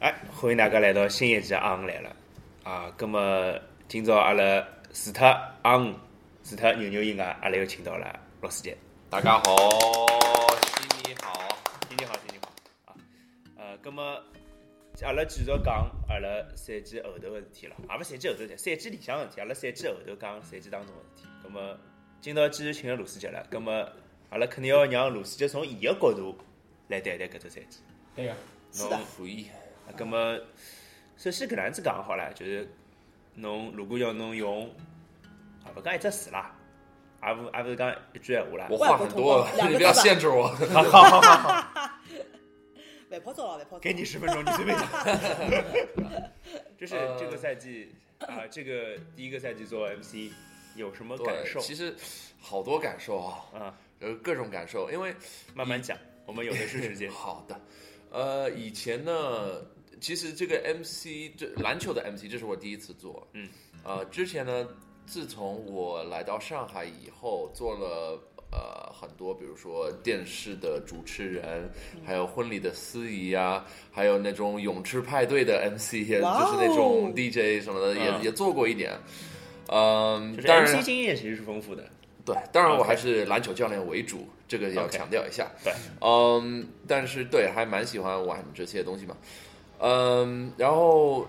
哎，欢迎大家来到新一期的阿五来了啊！葛么今朝阿拉除脱阿五、除脱牛牛以外，阿拉又请到了老师姐。大家好，新年好。新年好，新年好啊！呃，葛么阿拉继续讲阿拉赛季后头个事体了，啊也勿赛季后头事体，赛季里向个事体，阿拉赛季后头讲赛季当中个事体。葛么今朝继续请了鲁师姐了，葛么阿拉肯定要让鲁师姐从伊个角度来谈谈搿只赛季。对个，是的，属于啊，葛么，首先搿能样子讲好了，就是侬如果要侬用，啊勿讲一只词啦，也勿也勿是讲一句闲话啦我，话很多外国同胞，你不 要限制我。好好好好好，外跑走了，外跑走给你十分钟，你随便讲。就是这个赛季啊，这个第一个赛季做 MC 有什么感受对，？其实好多感受啊，啊，呃，各种感受，因为慢慢讲，我们有的是时间。 好的，呃，以前呢，其实这个 MC 这篮球的 MC，这是我第一次做。嗯，呃，之前呢，自从我来到上海以后，做了。呃，很多，比如说电视的主持人，还有婚礼的司仪啊，还有那种泳池派对的 MC，也、哇就是哦那种 DJ 什么的，也嗯也做过一点。嗯、就是当 MC 然，经验其实是丰富的，对，当然我 OK 还是篮球教练为主，这个要 OK 强调一下。对，嗯，但是对，还蛮喜欢玩这些东西嘛。嗯，然后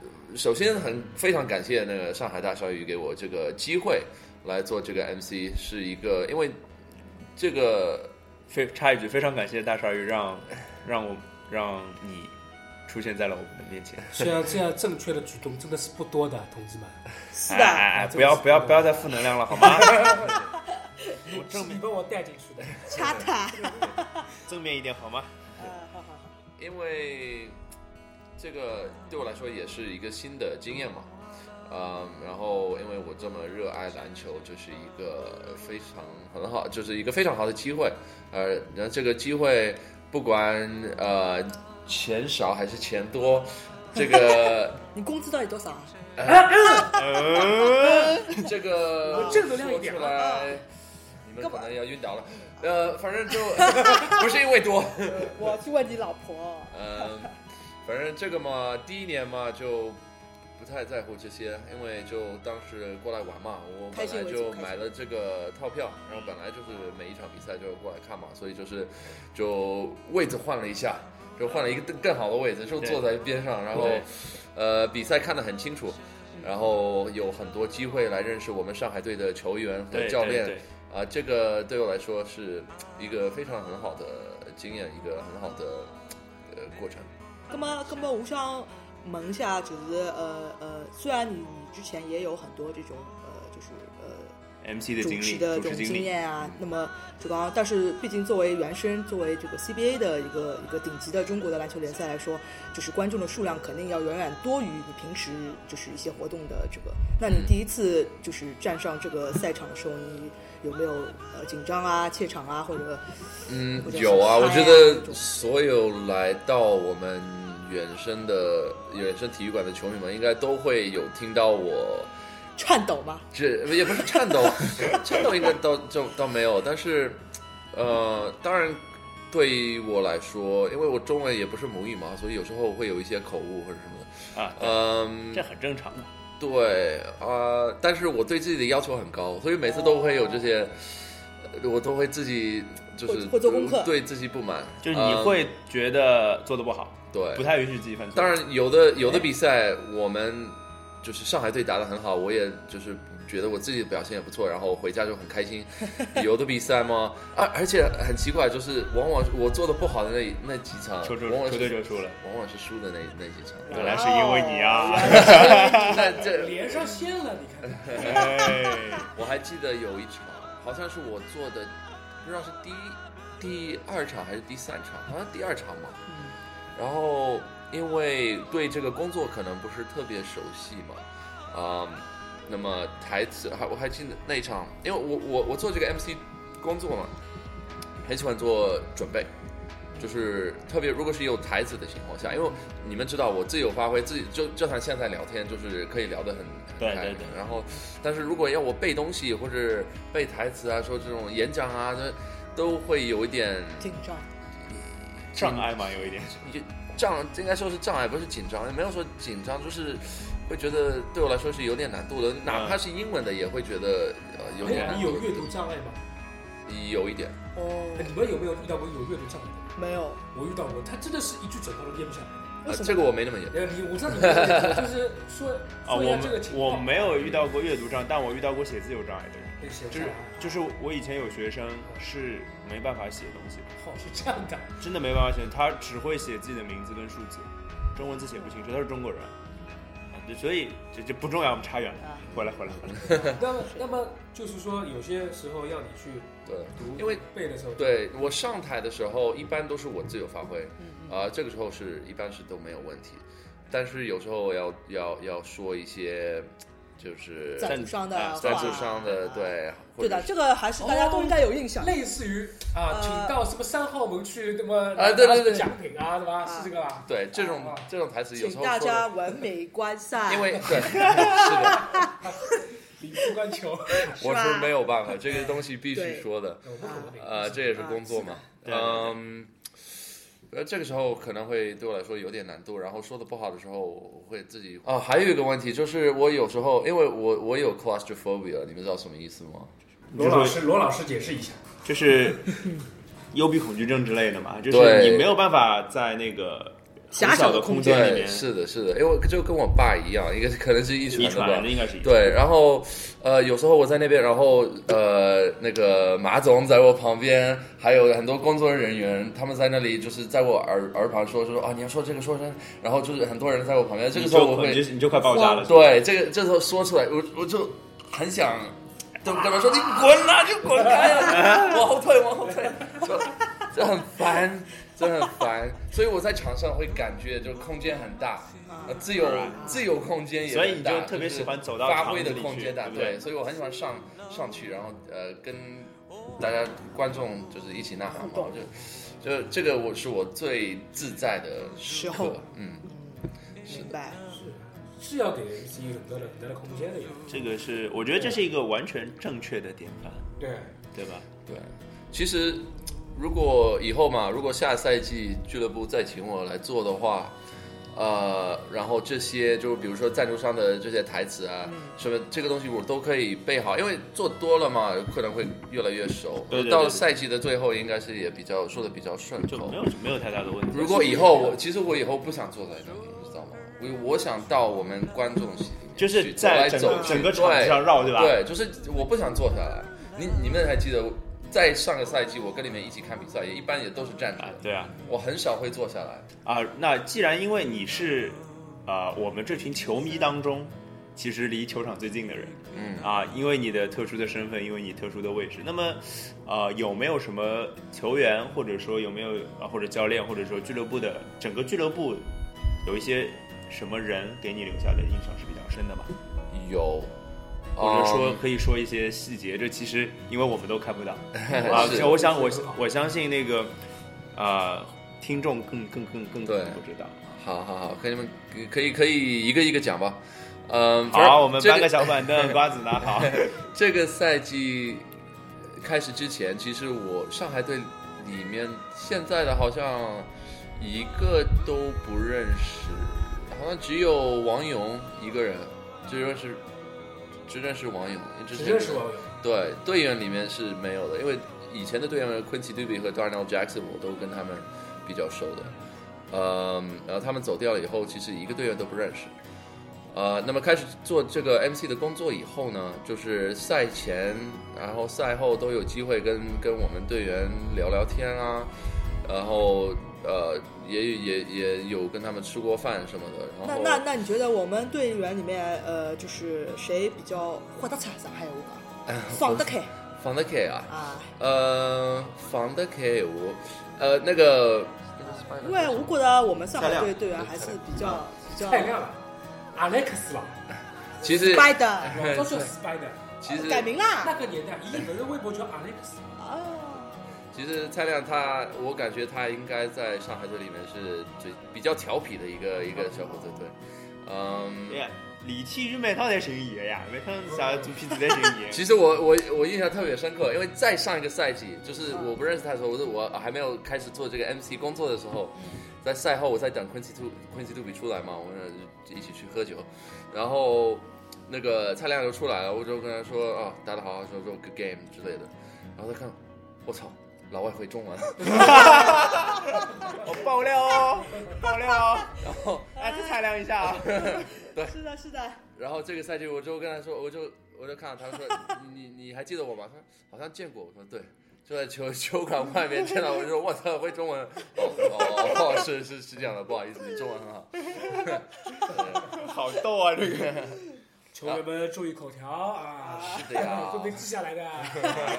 呃首先很非常感谢那个上海大鲨鱼给我这个机会来做这个 MC，是一个因为这个非插一句，非常感谢大鲨鱼让让我让你出现在了我们的面前。 像这样正确的举动真的是不多的，同志们。是哎的，哎哎，不要不要不要再负能量了，好吗？我是正你面把我带进去的。掐他。正面一点好吗？呃好好好因为这个对我来说也是一个新的经验嘛。嗯，然后因为我这么热爱篮球，这是一个非常很好，就是一个非常好的机会。呃，然后这个机会不管呃钱少还是钱多，这 个你工资到底多少啊？这个正能量一点说啊出来，你们干可嘛能要晕倒了。呃，反正就 不是因为多，我去问你老婆。嗯， 反正这个嘛，第一年嘛就不太在乎这些，因为就当时过来玩嘛，我本开心来为主就开心买了这个套票，然后本来就是每一场比赛就过来看嘛，所以就是就位置换了一下，就换了一个更更好的位置，就对坐在边上，然后对呃比赛看得很清楚。然后有很多机会来认识我们上海队的球员和对教练，对啊、这个对我来说是一个非常很好的经验，一个很好的呃过程。那么，那么我想问一下，就是呃呃，虽然你你之前也有很多这种呃，就是呃对，MC 的主经持历，的主这持种经经历，验啊，那么这帮，但是毕竟作为原生，作为这个 CBA 的一个一个顶级的中国的篮球联赛来说，就是观众的数量肯定要远远多于你平时就是一些活动的这个。那嗯你第一次就是站上这个赛场的时候，你有没有呃紧张啊、怯场啊，或者嗯或，者是有啊，嗨我啊觉这得种所有来到我们原生的原生体育馆的球迷们，应该都会有听到我颤抖吗？这也不是颤抖， 颤抖应该倒就倒没有，但是呃，当然对于我来说，因为我中文也不是母语嘛，所以有时候会有一些口误或者什么的。啊，嗯，这很正常的。对啊、呃但是我对自己的要求很高，所以每次都会有这些，呃我都会自己就是哦会会做功课对自己不满，就是你嗯会觉得做的不好，不对。太允许自己犯错。当，然，有的有的比赛我们就是上海队打得很好，我也就是觉得我自己的表现也不错，然后回家就很开 心。有的比赛嘛，而、而且很奇怪，就是往往我做的不好的那那几场，球球往往球队是就输了，往往是输的那那几场。原来是因为你啊！哦 那这连上线了，你看看。哎我还记得有一场，好像是我做的，不知道是第一、第二场还是第三场，好像第二场嘛。嗯，然后因为对这个工作可能不是特别熟悉嘛，嗯，那么台词还我还记得那一场，因为我我我做这个 MC 工作嘛，很喜欢做准备。就是特别，如果是有台词的情况下，因为你们知道我自由发挥，自己就就算现在聊天，就是可以聊得很对很开对对然后，但是如果要我背东西或者背台词啊，说这种演讲啊，这都会有一点紧张。障碍嘛，有一点。就障应该说是障碍，不是紧张，也没有说紧张，就是会觉得对我来说是有点难度的，哪怕是英文的也会觉得呃有点哎， 难你度。有阅读障碍吗？有一点，哎哦，你们有没有遇到过有阅读障碍的？没有，我遇到过，他真的是一句整话都念 不下来。呃为什么？这个我没那么严。呃，你我上次跟你讲就是说啊，说一我下这个们情况。我没有遇到过阅读障碍，但我遇到过写字有障碍的人。那写就是障碍，就是我以前有学生是没办法写东西的，哦是这样的，真的没办法写，他只会写自己的名字跟数字，中文字写不清楚，他是中国人。啊，对，所以这这不重要，我们差远了。啊，回来，回来，回来。 那么那么就是说有些时候要你去对读，因为背的时候，对我上台的时候，一般都是我自由发挥，嗯嗯啊、这个时候是一般是都没有问题，但是有时候要要要说一些就是赞助商的啊话，赞助商的啊，对，或对者哦的，是这个还是大家都应该有印象。类似于啊，呃请到什么三号门去，那么啊对对拿什么对奖品啊，对吧？啊是这个 吧？对这种啊这种台词有时请候大说家的，文美观赛，因为对 是 的，李四 观球，是我吧是没有办法，这个东西必须对啊说的，我不可能呃，这也是工作嘛，对对对嗯。呃，这个时候可能会对我来说有点难度，然后说的不好的时候，我会自己啊。还有一个问题就是，我有时候因为我我有 claustrophobia，你们知道什么意思吗？罗老师，罗老师解释一下，就是幽闭恐惧症之类的嘛，就是对你没有办法在那个很狭小小的的空空间里对，面是的，是的，因为就跟我爸一样，一个可能是遗遗传的传吧的，。应该是遗传。对，然后呃，有时候我在那边，然后呃，那个马总在我旁边，还有很多工作人员，他们在那里就是在我耳耳旁说说啊，你要说这个说声，然后就是很多人在我旁边，这个你时候就我会你就你就快爆炸了。是吧，对这个这时候说出来，我我就很想。对跟他说你滚啦，就滚 开啊，往后退，往后退，就这很烦，这很烦，所以我在场上会感觉就空间很大，啊呃自由自由空间也所以你很大就特别喜欢走到发场挥子的里空去间大，对不对所以我很喜欢上上去，然后呃跟大家观众就是一起呐喊嘛，我就就这个我是我最自在的时时刻候，嗯，明白。是要给自己很多的很大的空间的，也这个是我觉得这是一个完全正确的典范，对。对吧？对，啊其实如果以后嘛，如果下赛季俱乐部再请我来做的话，呃，然后这些就比如说赞助商的这些台词啊，什么这个东西我都可以背好，因为做多了嘛，可能会越来越熟。对对对到了赛季的最后，应该是也比较说的比较顺就口没。有没有太大的问题。如果以后我，其实我以后不想坐在那里，你知道吗？我我想到我们观众席里面去，就是走来在整走个去，整个场子对上绕，对吧？对，就是我不想坐下来。你你们还记得，在上个赛季我跟你们一起看比赛，也一般也都是站着啊的，，对啊，我很少会坐下来。啊，那既然因为你是啊、我们这群球迷当中，其实离球场最近的人嗯，啊，因为你的特殊的身份，因为你特殊的位置，那么呃，有没有什么球员，或者说有没有啊，或者教练，或者说俱乐部的整个俱乐部有一些什么人给你留下的印象是比较深的吧？有，或者说嗯可以说一些细节，这其实因为我们都看不到啊， 嗯是就我想我我相信那个啊、听众更更更更对不知道。好好好，可以你们可以可以一个一个讲吧。嗯，反正好，我们这搬个小板 凳，瓜子拿好。哎这个赛季开始之前，其实我上海队里面现在的好像一个都不认识，好像只有王勇一个人，只认识只认识王勇，之只前认识网友，对队员里面是没有的，因为以前的队员昆奇杜比和 Darnell Jackson 我都跟他们比较熟的，嗯，然后他们走掉了以后，其实一个队员都不认识。呃，那么开始做这个 MC 的工作以后呢，就是赛前，然后赛后都有机会跟跟我们队员聊聊天啊，然后呃，也也也有跟他们吃过饭什么的。那然后那那你觉得我们队员里面，呃，就是谁比较豁得出来？上海话讲，放得开放得开啊，啊？呃，放得开我，呃，那个，因为我觉得我们上海队队员亮还是比较啊比较太亮了，Alex 吧，其实乖的，老早叫 Spider，其实改名那啦个年代，伊个人微博叫 Alex，啊！其实蔡亮他，我感觉他应该在上海队里面是最比较调皮的一个一个小伙子，对，嗯，对呀练体育每趟侪寻伊个呀，每趟啥做片子侪寻伊个。其实我我我印象特别深刻，因为在上一个赛季，就是我不认识他的时候，我是我还没有开始做这个 MC 工作的时候，在赛后我在等 Quincy t o Quincy t o 比出来嘛，我们就一起去喝酒，然后那个蔡亮就出来了，我就跟他说啊打得好，说说 good game 之类的，然后他看，我操，老外会中文，哦，爆料 哦，爆料哦，然后哎，再擦亮一 下啊！是的，是的，然后这个赛季我就跟他说，我就我就看到他说 你你你还记得我吗？他说好像见过。我说对，就在球球馆外面见到我，就 说我操会中文。哦哦哦，是是是这样的，不好意思，你中文很好。好逗啊，这 个。球员们注意口条啊，是的呀会被记下来的。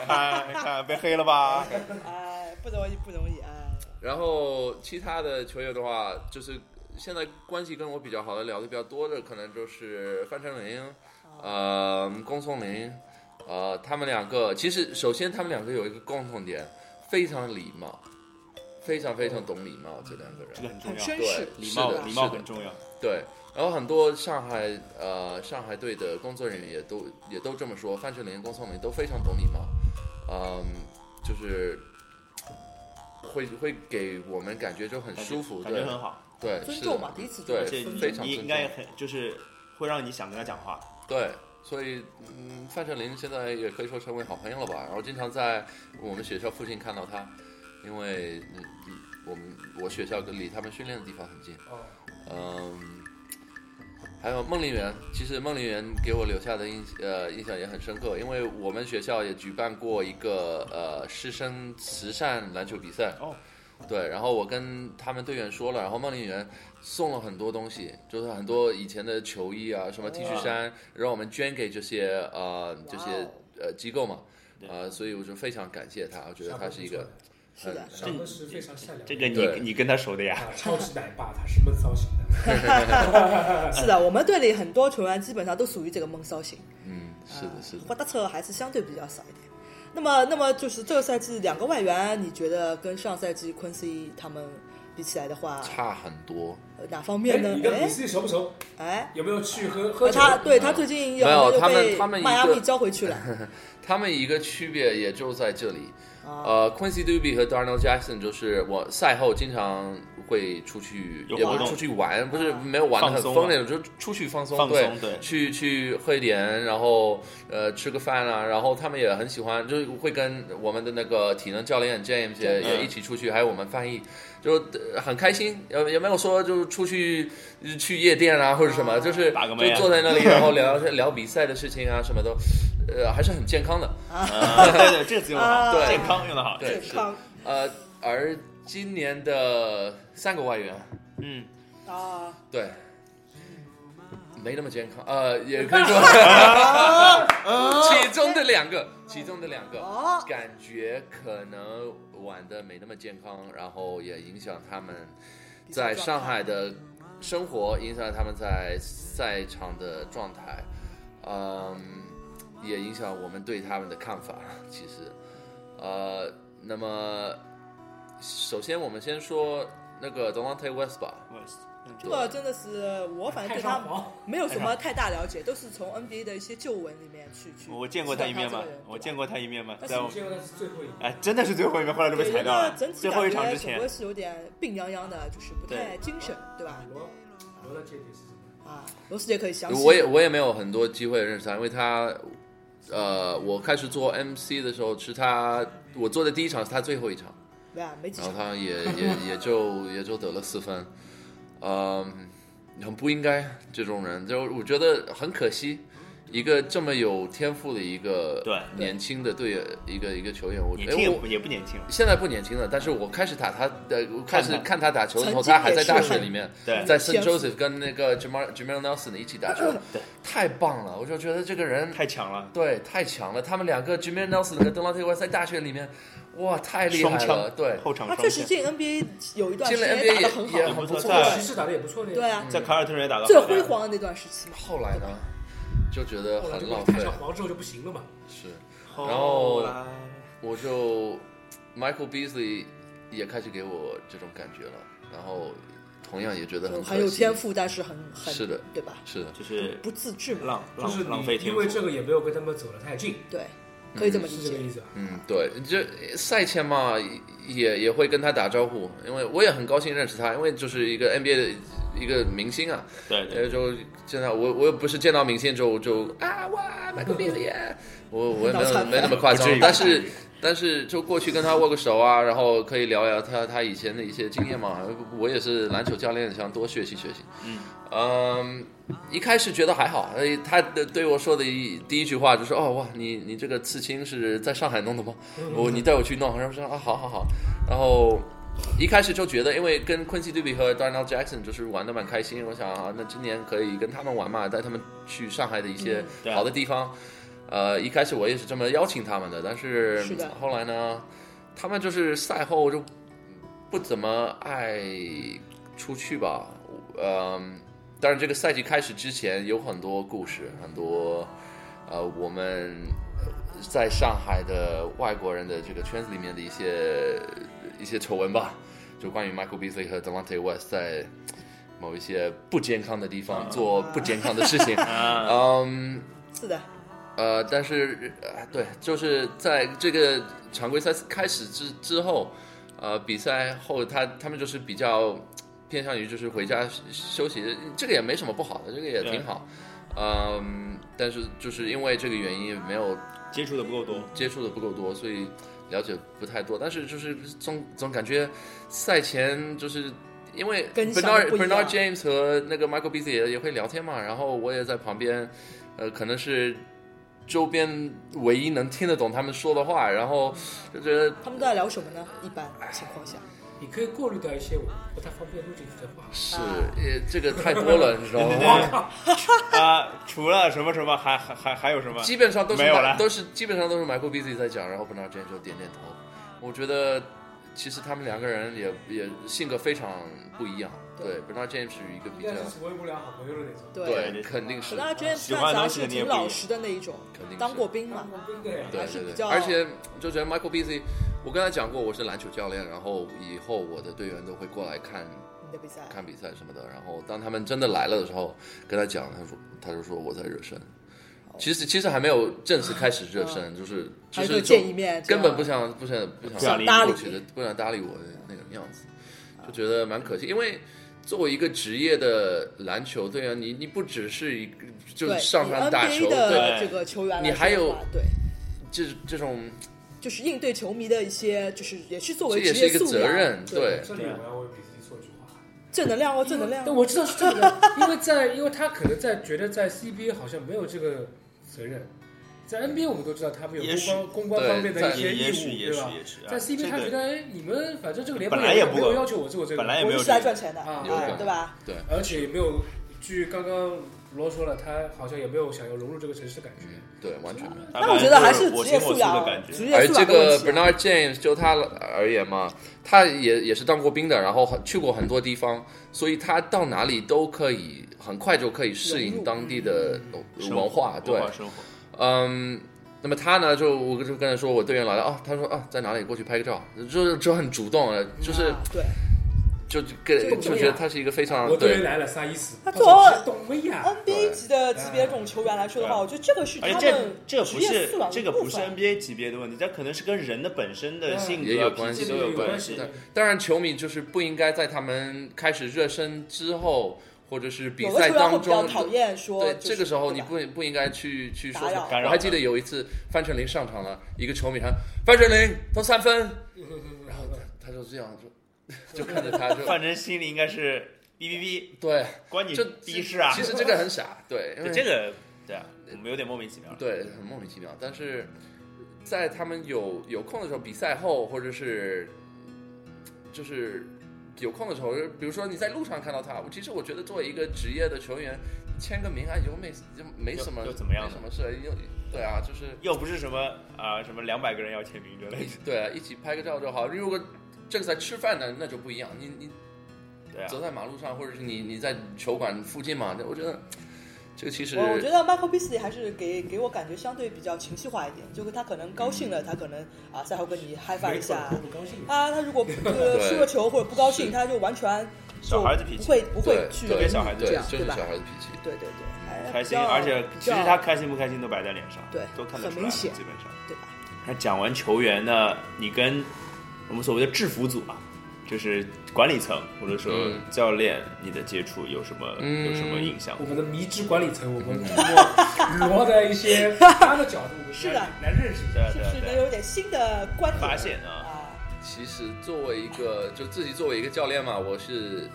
看看被哎黑了吧？哎，不容易，不容易啊。然后其他的球友的话，就是现在关系跟我比较好的、聊的比较多的，可能就是范丞丞，呃，龚颂林，呃，他们两个。其实首先他们两个有一个共同点，非常礼貌，非常非常懂礼貌，这两个人这。个很重很要，绅对士，，礼是貌的礼貌是的很重要。对，然后很多上海呃上海队的工作人员也都也都这么说，范丞丞、龚颂林都非常懂礼貌，嗯，就是会会给我们感觉就很舒服，感觉对很好，对，尊是重的嘛，第一次而对且尊非重。哦常你尊应该也很就是会让你想跟他讲话。对，所以嗯，范丞丞现在也可以说成为好朋友了吧，然后经常在我们学校附近看到他，因为嗯我们我学校跟离他们训练的地方很近。哦，嗯，还有梦陵园，其实梦陵园给我留下的印呃印象也很深刻，因为我们学校也举办过一个呃师生慈善篮球比赛。哦。对，然后我跟他们队员说了，然后梦陵园送了很多东西，就是很多以前的球衣啊，什么 T 恤衫，让我们捐给这些呃这些哇哦呃机构嘛，对呃，所以我就非常感谢他，我觉得他是一个是的，很小何是非常善良的，这个对你你跟他熟的呀？啊，超级奶爸，他是闷骚型的。是的，我们队里很多球员基本上都属于这个闷骚型，嗯，是的，是的。花大车还是相对比较少一点。那么，那么就是这个赛季两个外援，你觉得跟上赛季 Quincy 他们比起来的话，差很多，呃哪方哎，面呢你？跟比斯熟不熟？哎有没有去喝喝哎，酒？他对他最近没有又他们被他们一迈阿个密交 回去了。他们一个区别也就在这里，啊，呃，Quincy Doobie 和 Darnell Jackson 就是我赛后经常会出去，有也不活是动出去玩，不是啊没有玩的很放松疯那种，就出去放松，放对，松对去去喝一点，然后呃吃个饭啊，然后他们也很喜欢，就是会跟我们的那个体能教练 James 也嗯也一起出去，还有我们翻译，就呃很开心，也也没有说就是出去呃去夜店啊或者什么，啊就是打个妹就啊坐在那里，然后聊聊比赛的事情啊什么都，呃还是很健康的，啊对对，这个词用的好，对健康用的好。对健康呃，而今年的三个外援，嗯，啊，对，没那么健康，呃，也可以说，其中的两个，其中的两个，哦，感觉可能玩的没那么健康，然后也影响他们在上海的生活，影响他们在赛场的状态，嗯，也影响我们对他们的看法。其实，呃，那么首先我们先说那个 Delonte West 吧，我也是嗯这个真的是我反正太对上他皇，没有什么太大了解，都是从 NBA 的一些旧闻里面去去。我见过他一面吗知道这个人？我见过他一面吗？ 但是在我结果他是最后一名。哎，真的是最后一面，后来都被对裁掉因为了。整体最后一感场之觉前总归，是有点病殃殃的，就是不太对精神，对吧？罗罗的见解是什么？啊，罗斯杰可以详细。我也我也没有很多机会认识他，因为他，呃，我开始做 MC 的时候是他我做的第一场是他最后一场，对啊，没几然后场。他也也 也就也就得了四分，嗯，很不应该这种人，就我觉得很可惜。一个这么有天赋的一个对年轻的队员，一个一个球员，我年哎轻也我不也不年轻了。现在不年轻了，但是我开始打他的，我开始看他看他打球的时候，曾经他还在也是大学里面，对在 St. 天赋 Joseph 跟那个 Jamal Jamal Nelson 一起打球，对，太棒了！我就觉得这个人太强了，对太强了，他们两个 Jamal Nelson 跟 d e l o n t e 在大学里面，哇，太厉双害枪了！对，后场他双确实枪，进 NBA 有一段时进了间打 NBA 得很也嗯好，也很不不错错。在骑士打的也不错的呀。对啊，在凯尔特人打的最辉煌的那段时期嘛。后来呢，就觉得后来就很被浪太费上，皇之后就不行了嘛。是，后然后来我就 Michael Beasley 也开始给我这种感觉了，然后同样也觉得就很嗯很有可惜天，赋，但是很很是的对吧？是的，就是不自制嘛，浪就浪是浪费你天因赋为。这个也没有跟他们走得太近，对，可以这么理是这个解。意思吧？啊嗯，对，这赛前嘛，也也会跟他打招呼，因为我也很高兴认识他，因为就是一个 NBA 的一个明星啊，对对呃，就见到我，我又不是见到明星之后就啊哇，Michael Beasley，啊嗯我我也没有没那么夸不至张于，但是但是就过去跟他握个手啊，然后可以聊聊他他以前的一些经验嘛。我也是篮球教练，想多学习学习。嗯嗯一开始觉得还好，呃他的对我说的一第一句话就是哦哇，你你这个刺青是在上海弄的吗？我你带我去弄，然后说啊好好好，然后。一开始就觉得，因为跟昆西对比和 Donald Jackson 就是玩的蛮开心，我想啊，那今年可以跟他们玩嘛，带他们去上海的一些对好的地方。呃，一开始我也是这么邀请他们的，但是是的后来呢，他们就是赛后就不怎么爱出去吧。嗯，当然这个赛季开始之前有很多故事，很多呃我们在上海的外国人的这个圈子里面的一些一些丑闻吧，就关于 Michael Beasley 和 Delonte West 在某一些不健康的地方做不健康的事情。 啊，嗯，是的，呃，但是呃，对，就是在这个常规赛开始之之后，呃，比赛后他他们就是比较偏向于就是回家休休息，这个也没什么不好的，这个也挺好。嗯，但是就是因为这个原因没有接触的不够多，接触的不够多，所以了解不太多。但是就是总总感觉赛前就是因为跟 Bernard 想的不一 Bernard 样 James 和那个 Michael Beasley 也也会聊天嘛，然后我也在旁边，呃，可能是周边唯一能听得懂他们说的话，然后就觉得他们都在聊什么呢？一般情况下，你可以过滤掉一些我不太方便录进去的话。是啊呃这个太多了，你知道对吗？啊，除了什么什么，还还还还有什么？基本上都是没有麦了都是基本上都是 Michael Beasley 在讲，然后 Bernard James 就点点头。我觉得其实他们两个人也也性格非常不一样。对对，Bernard James 是一个比应较该是成为不了好朋友的那种。对。对肯定可是大家之前喜欢看的起东西肯来啊是定挺不一样老实的那一种肯定是，当过兵嘛当，过兵的呀，对还是对比对，较而且就觉得 Michael Beasley，我跟他讲过我是篮球教练，然后以后我的队员都会过来看你的比赛。看比赛什么的。然后当他们真的来了的时候，跟他讲，他说他就说我在热身。其实其实还没有正式开始热身，就是就啊还是是会见一面这根样本不想不想不想不想理我搭理觉得不想搭理我的那种样子，就觉得蛮可惜。因为作为一个职业的篮球队员，你你不只是一个就是对上以场打 NBA 球，对，的这个球员来你说还有的话对，这这种就是应对球迷的一些，就是也是作这为也职是业一个素责养。任，对对，这里我要为比自己说句话。正能量哦，正 能量。但我知道是这个的，因为在因为他可能在觉得在 CBA 好像没有这个责任，在 NBA 我们都知道他们有也公许关公关对方面的一在些义也务许，也对吧许？也许，在 CBA 他觉得哎，你们反正这个联盟本来也不没有要求我做这个，本来也哎我没有们是来赚钱的，啊啊有可能，对吧？而且也没有，据刚刚罗说了，他好像也没有想要融入这个城市的感觉。嗯，对，完全没有。那我觉得还是我行职业我素素的感养，觉。职业而素哎这养的个问题啊。 Bernard James 就他而言嘛，他也也是当过兵的，然后很去过很多地方，所以他到哪里都可以很快就可以适融应入嗯当地的生文化。对文，化生活，嗯，那么他呢，就我就跟他说我队员来了，哦，他说啊在哪里过去拍个照，就就很主动，就是对，就跟这个就觉得他是一个非常我队啊对员来了仨意思，他说昨是懂了呀，对 NBA 级的级别这种球员来说的话，对我觉得这个是而他且们这这职不业是素养的这一个部不是分。 NBA 级别的问题，这可能是跟人的本身的嗯性也有格、关脾系气都有关关系系。的。当然，球迷就是不应该在他们开始热身之后，或者是比有的赛球员会当比较中，讨厌说，对就是这个时候你对吧不不应该去去说打扰干扰我还记得有一次范丞丞上场了，一个球迷喊范丞丞投三 分，然后呢他就这样就就看着他就反正心里应该是哔哔对，哔，关你就逼事啊！其实这个很傻，对，因对为这个，对啊，我们有点莫名其妙了。对，很莫名其妙。但是在他们有有空的时候，比赛后或者是就是有空的时候，比如说你在路上看到他，我其实我觉得作为一个职业的球员，签个名啊，又没又没什么，又又怎么样没呢什么事，又对啊，就是 又不是什么啊、什么两百个人要签名之类的，对啊，一起拍个照就好。如果正在吃饭呢，那就不一样。你你对啊，走在马路上，或者是你你在球馆附近嘛，我觉得这个其实我我觉得 Michael Beasley 还是给给我感觉相对比较情绪化一点，就是他可能高兴了，他可能啊赛后跟你嗨翻没一下准，会不高兴。 他他如果呃对输了球或者不高兴，是他就完全小孩子脾不气会不会对去对跟小孩子这对样，，就是吧小？孩子脾气。对对对，还开心，比较而且比其实较他开心不开心都摆在脸上，对都看得很出来，明显基本上。对吧？那讲完球员呢，你跟我们所谓的制服组啊，就是管理层或者说嗯教练，你的接触有什么、嗯有什么印象我？们的迷之管理层，我们通过罗的一些他的角度，是的来认识一下。对是对不是能对，有点新的观点发现啊，啊？其实作为一个就自己作为一个教练嘛，我是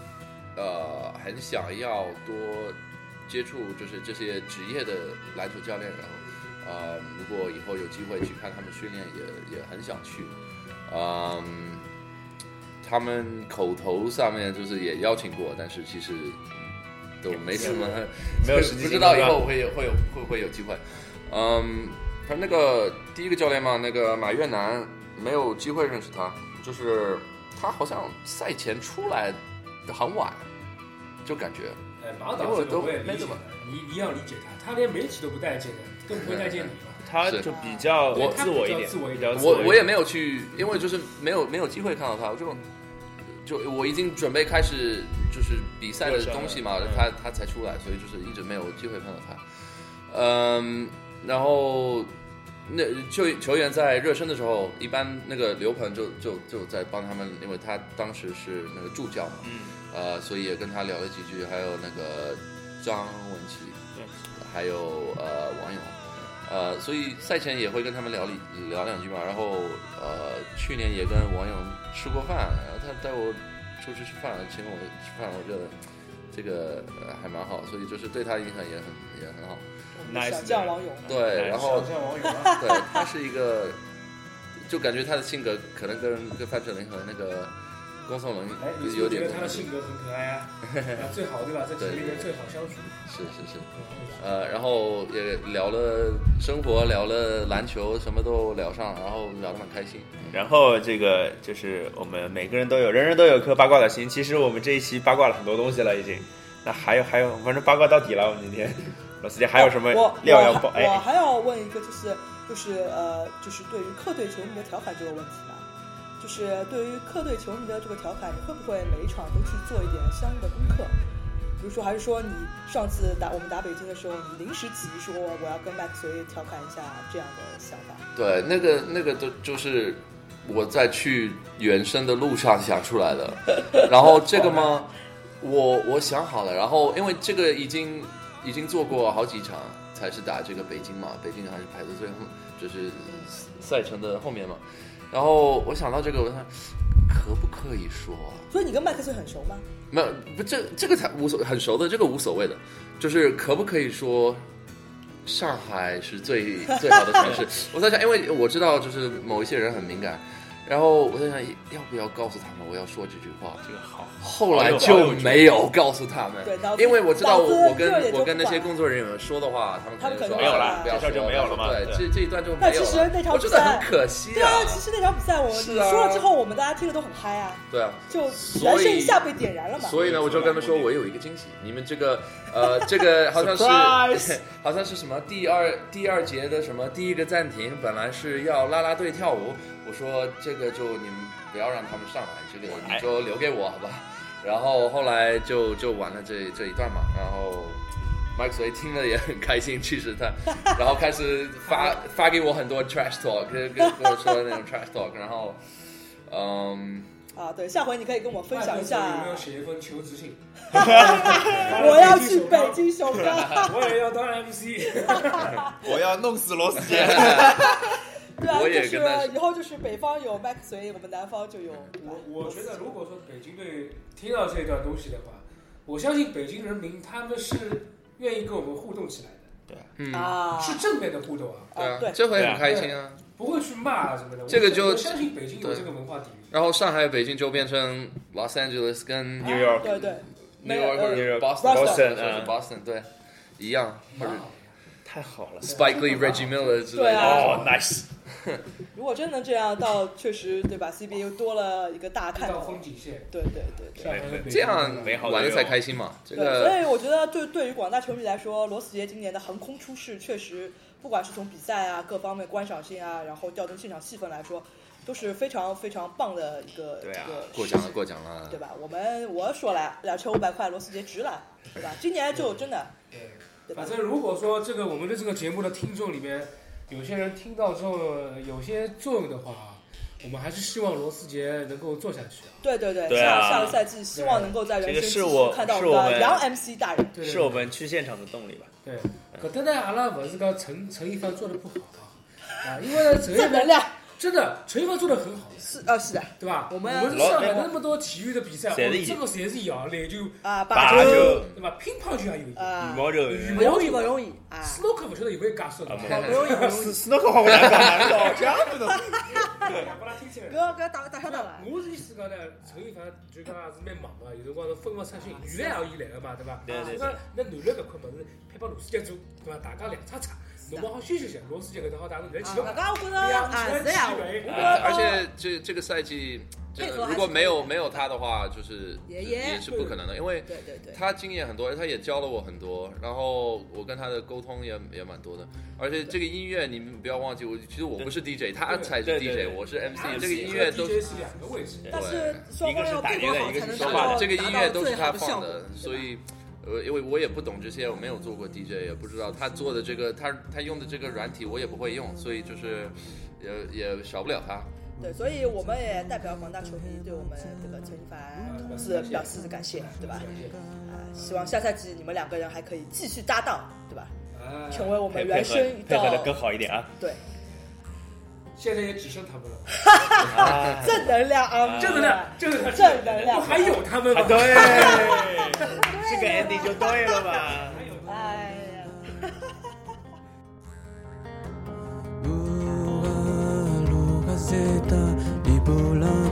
呃很想要多接触就是这些职业的篮球教练，然后呃如果以后有机会去看他们训练也，也很想去。嗯，他们口头上面就是也邀请过，但是其实都没什么，没有实际不性知道以是吧后会有会有会不会有机会。嗯，他那个第一个教练嘛，那个马越南没有机会认识他，就是他好像赛前出来的很晚，就感觉哎，马导这个我也理因为我都解没怎么的，你你要理解他，他连媒体都不待见的，更不会待见你了。他是就比较我自我一他比点，较自我一比点较自嗯我一我也点没有去，因为就是没有没有机会看到他，我就就我已经准备开始就是比赛的东西嘛热身了，嗯他他才出来，所以就是一直没有机会看到他。嗯，然后那就球员在热身的时候，一般那个刘鹏就就就在帮他们，因为他当时是那个助教嘛，嗯，呃，所以也跟他聊了几句，还有那个张文琪，对，还有呃网友，呃，所以赛前也会跟他们聊一聊两句嘛。然后呃，去年也跟网友吃过饭，然后他带我出去吃饭，请我吃饭，我觉得这个、呃、还蛮好，所以就是对他影响也很也很好。我们的 Nice 小的将王勇，对，嗯然后像网友啊，对他是一个，就感觉他的性格可能跟跟范丞丞和那个龚颂伦哎，你是不有是觉点得他的性格很可爱 啊？啊，最好对吧？在群里面最好相处。是是是。呃，然后也聊了生活，聊了篮球，什么都聊上，然后聊得蛮开心。嗯然后这个就是我们每个人都有，人人都有颗八卦的心。其实我们这一期八卦了很多东西了，已经。那还有还有，反正八卦到底了。我们今天老司机还有什么我料要我爆？我哎，还要问一个，就是就是呃，就是对于客队球迷的调侃这个问题吧，就是对于客队球迷的这个调侃，你会不会每一场都去做一点相应的功课？比如说，还是说你上次打我们打北京的时候，你临时起意说我要跟麦克随调侃一下这样的想法？对，那个那个都就是我在去原声的路上想出来的。然后这个嘛，我我想好了，然后因为这个已经已经做过好几场，才是打这个北京嘛，北京还是排在最后，就是赛程的后面嘛。然后我想到这个，我想可不可以说啊？所以你跟麦克随很熟吗？没有，不，这这个才无所很熟的，这个无所谓的，就是可不可以说上海是最最好的城市？ 我在想，因为我知道就是某一些人很敏感，然后我在想要不要告诉他们我要说这句话。这个好，后来哦就没有告诉他们对脑，子因为我知道脑子我我热也跟就我跟那不些管工作人员说的话，他们他可能们说可能没有哎啦不要这事儿说就没有了不要嘛说对对，这这一段就没有但了。其实那场我比觉得赛很可惜对啊，其实那场比赛我是你啊说了之后，我们大家听着都很嗨啊，对啊，就所以人生一下被点燃了嘛。所以呢，我就跟他们说，我有一个惊喜，你们这个呃，这个好像 Surprise！是 好像是什么第二第二节的什么第一个暂停，本来是要啦啦队跳舞，我说这个就你们不要让他们上来，这个哎你就留给我好吧。然后后来就就完了这这一段嘛，然后。Mike 所以听了也很开心，其实他，然后开始发发给我很多 trash talk，跟跟跟我说那种 trash talk，然后，嗯，啊，对，下回你可以跟我分享一麦克下有没有写一封求职信？我要去北京熊猫。 啊我也要当 MC。我要弄死罗斯杰。对啊，我就也跟他是以后就是北方有 Max 随，我们南方就有。我我觉得，如果说北京队听到这段东西的话，我相信北京人民他们是愿意跟我们互动起来的，嗯，啊，是正面的互动啊，对啊，对啊，，这回很开心啊。不会去骂啊什么的。这个就我相信北京有这个文化底蕴。然后上海、北京就变成 Los Angeles 跟 New New York 对对， New 呃嗯 York、 New York- Boston、 Boston，就是 Boston 对，一样。蛮好的太好了， Spike Lee、Reggie Miller 之类嗯对啊的。哦，nice，如果真能这样，倒确实对吧？CBA 又多了一个大一看道头风。景线，对对对对。下回北京这样美好的玩的愿望才开心嘛。这对，所个以我觉得对对于广大球迷来说，罗斯杰今年的横空出世，确实不管是从比赛啊各方面观赏性啊，然后调动现场气氛来说，都是非常非常棒的一个对啊一个过奖了，过奖了对。吧？我们我说了，两千五百块罗斯杰值了，对吧？今年就真的，对吧反？正如果说这个我们的这个节目的听众里面，有些人听到之后呃有些作用的话啊，我们还是希望罗斯杰能够做下去啊。对对对，对啊下下个赛季希望能够在原这先个继是续我看到是们我的们杨 MC 大人。对是我们去现场的动力吧？对，搿搭呢，阿拉勿是讲陈陈一凡做的不好啊， 啊，因为呢，陈一正能凡量真的陈一凡做的很好，是啊，是的对吧？我我们上海那么多体育的比赛，我侪们是一这个侪是一样，篮球啊，打球球、呃对吧？乒乓球也有一个，羽啊，毛球、羽不毛容易球不容易啊，斯诺克不晓得有没有介绍 的啊，没不容易不容易 斯。斯诺克好难打，老家不能。把它听起来。哥哥打打上打了， 我是意思讲呢，陈一凡就讲啊也是蛮忙的，有辰光是分勿出啊心，原来也伊来个嘛，对啊对伐？对对那那男的搿块物事配帮罗斯杰做，对伐？大家两叉叉，侬们好休息休息，罗斯杰搿搭好带侬来啊启，动大。家我觉得对呀啊，是的呀我们我喜欢，体育觉人得而且这这个赛季，这配合还是如果没有没有他的话，就是也就也也是不可能的，因为对对对，他经验很多，而且他也教了我很多，然后我跟他的沟通也也蛮多的。而且这个音乐你们不要忘记，我其实我不是 DJ，他才是对对 DJ，对我是 MC，啊这个音乐都 DJ 是两个位置。但是双方要配合好才能是达说话到的这个音乐都是他放达到最好的效的果，所以。呃，因为我也不懂这些，我没有做过 DJ，也不知道他做的这个，他他用的这个软体我也不会用，所以就是也也少不了他。对，所以我们也代表广大球迷对我们这个陈一凡同志表示感谢，对吧？啊，希望下赛季你们两个人还可以继续搭档，对吧？呃啊，成为我们嗯配原配生合一配合的道更好一点 啊！ 对现在也只剩他们了。啊，正能量呃啊，正能量，正能量，正能量不还有他们啊吗？ 对，这个 ending 就对了嘛。哎呀。 Lua, lua, zeta, libula,